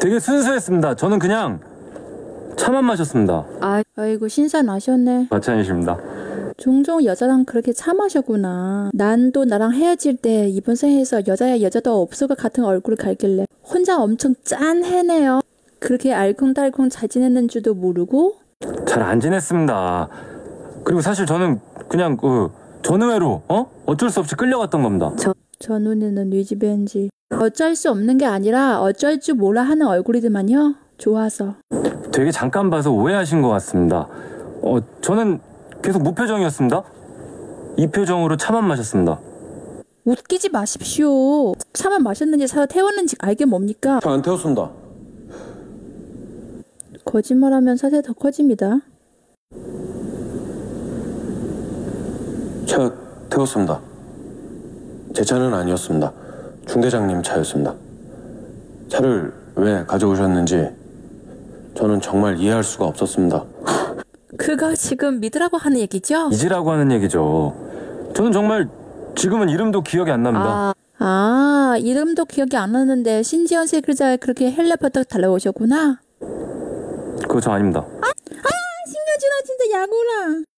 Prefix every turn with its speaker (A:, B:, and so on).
A: 되게 순수했습니다. 저는 그냥 차만 마셨습니다.
B: 아, 아이고 신사나셨네.
A: 마찬가지입니다.
B: 종종 여자랑 그렇게 차 마셨구나. 난 또 나랑 헤어질 때 이번 생에서 여자야 여자도 없을 것 같은 얼굴을 갈길래 혼자 엄청 짠해네요. 그렇게 알콩달콩 잘 지내는 줄도 모르고
A: 잘 안 지냈습니다. 그리고 사실 저는 그냥 그 전우회로 어 어쩔 수 없이 끌려갔던 겁니다.
B: 전우는 리지벤지 어쩔 수 없는 게 아니라 어쩔 줄 몰라 하는 얼굴이더만요. 좋아서.
A: 되게 잠깐 봐서 오해하신 것 같습니다. 어 저는 계속 무표정이었습니다. 이 표정으로 차만 마셨습니다.
B: 웃기지 마십시오. 차만 마셨는지 차 태웠는지 알게 뭡니까?
C: 저 안 태웠습니다.
B: 거짓말하면 사세 더 커집니다.
C: 제가 태웠습니다. 제 차는 아니었습니다. 중대장님 차였습니다. 차를 왜 가져오셨는지 저는 정말 이해할 수가 없었습니다.
B: 그거 지금 믿으라고 하는 얘기죠?
A: 이지라고 하는 얘기죠. 저는 정말 지금은 이름도 기억이 안 납니다.
B: 아, 아 이름도 기억이 안 나는데 신지연 세글자에 그렇게 헬레파터 달려오셨구나. 아,
A: 그거 저 아닙니다.
B: 신겨지나 진짜 야구라.